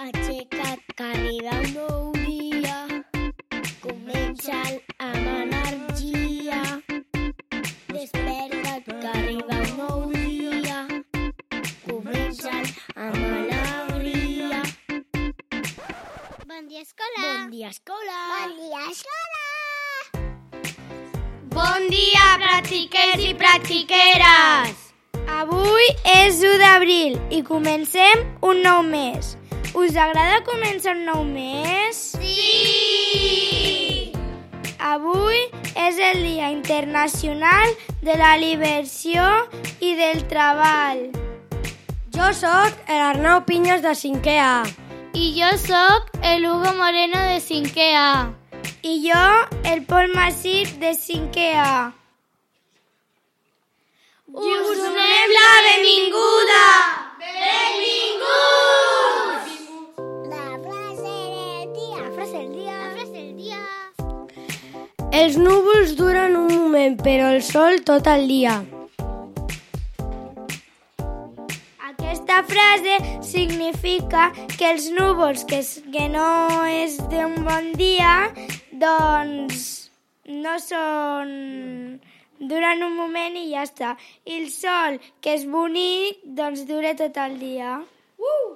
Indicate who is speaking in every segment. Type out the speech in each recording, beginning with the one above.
Speaker 1: Aixeca't que anirà un nou dia. Comença'l amb energia. Desperta't que arriba un nou dia. Comença'l amb alegria.
Speaker 2: Bon dia, escola.
Speaker 1: Bon dia, escola!
Speaker 2: dia, escola.
Speaker 3: Bon dia, practiquers i practiqueres!
Speaker 4: Avui és 1 d'abril i comencem un nou mes. Us agrada començar un nou mes?
Speaker 3: Sí!
Speaker 4: Avui és el Dia Internacional de la Liberció i del Treball. Jo sóc l'Arnau Pinyos de 5è A
Speaker 2: I jo sóc el Hugo Moreno de 5è A.
Speaker 4: i jo el Pol Massip de 5è A.
Speaker 3: Us donem la benvinguda!
Speaker 2: La frase del dia. La frase del dia. La frase del dia.
Speaker 4: Els núvols duren un moment, però el sol tot el dia. Aquesta frase significa que els núvols que, es- que no és d'un bon dia, doncs no són... duren un moment i ja està. I el sol, que és bonic, doncs dura tot el dia.
Speaker 2: Uh!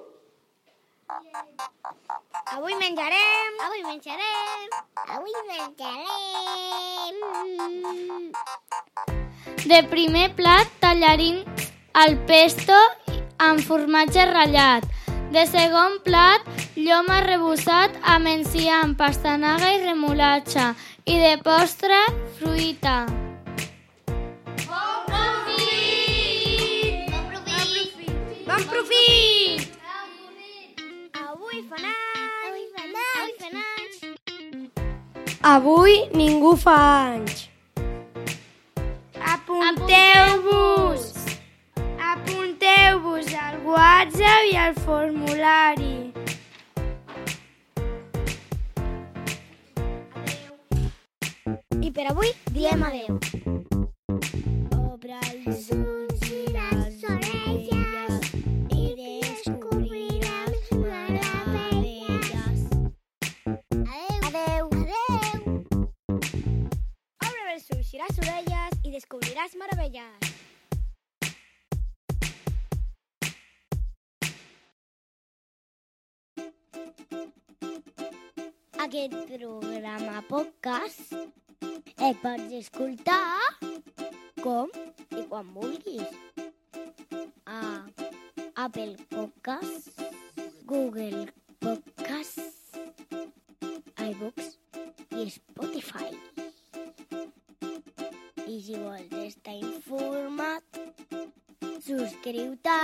Speaker 2: Avui menjarem. Avui menjarem. Avui menjarem. De primer plat, tallarín al pesto amb formatge ratllat. De segon plat, llom arrebossat amb enciam, pastanaga i remolatxa. I de postre, fruita.
Speaker 4: Bon profit!
Speaker 2: Avui fan anys! Avui fan anys! Avui fan anys!
Speaker 4: Avui ningú fa anys. Apunteu-vos! Apunteu-vos al WhatsApp i al formulari.
Speaker 2: I per avui diem adeu.
Speaker 1: Obre els ulls i les orelles i descobriràs meravelles.
Speaker 2: Adeu. Adeu. Adeu. Obre els ulls i les orelles i descobriràs meravelles.
Speaker 1: Aquest programa podcast el pots escoltar com i quan vulguis. Ah. A Apple Podcast, Google Podcast, iBooks i Spotify. I si vols estar informat, subscriu-te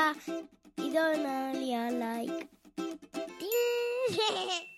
Speaker 1: i dona-li a like. Tinc!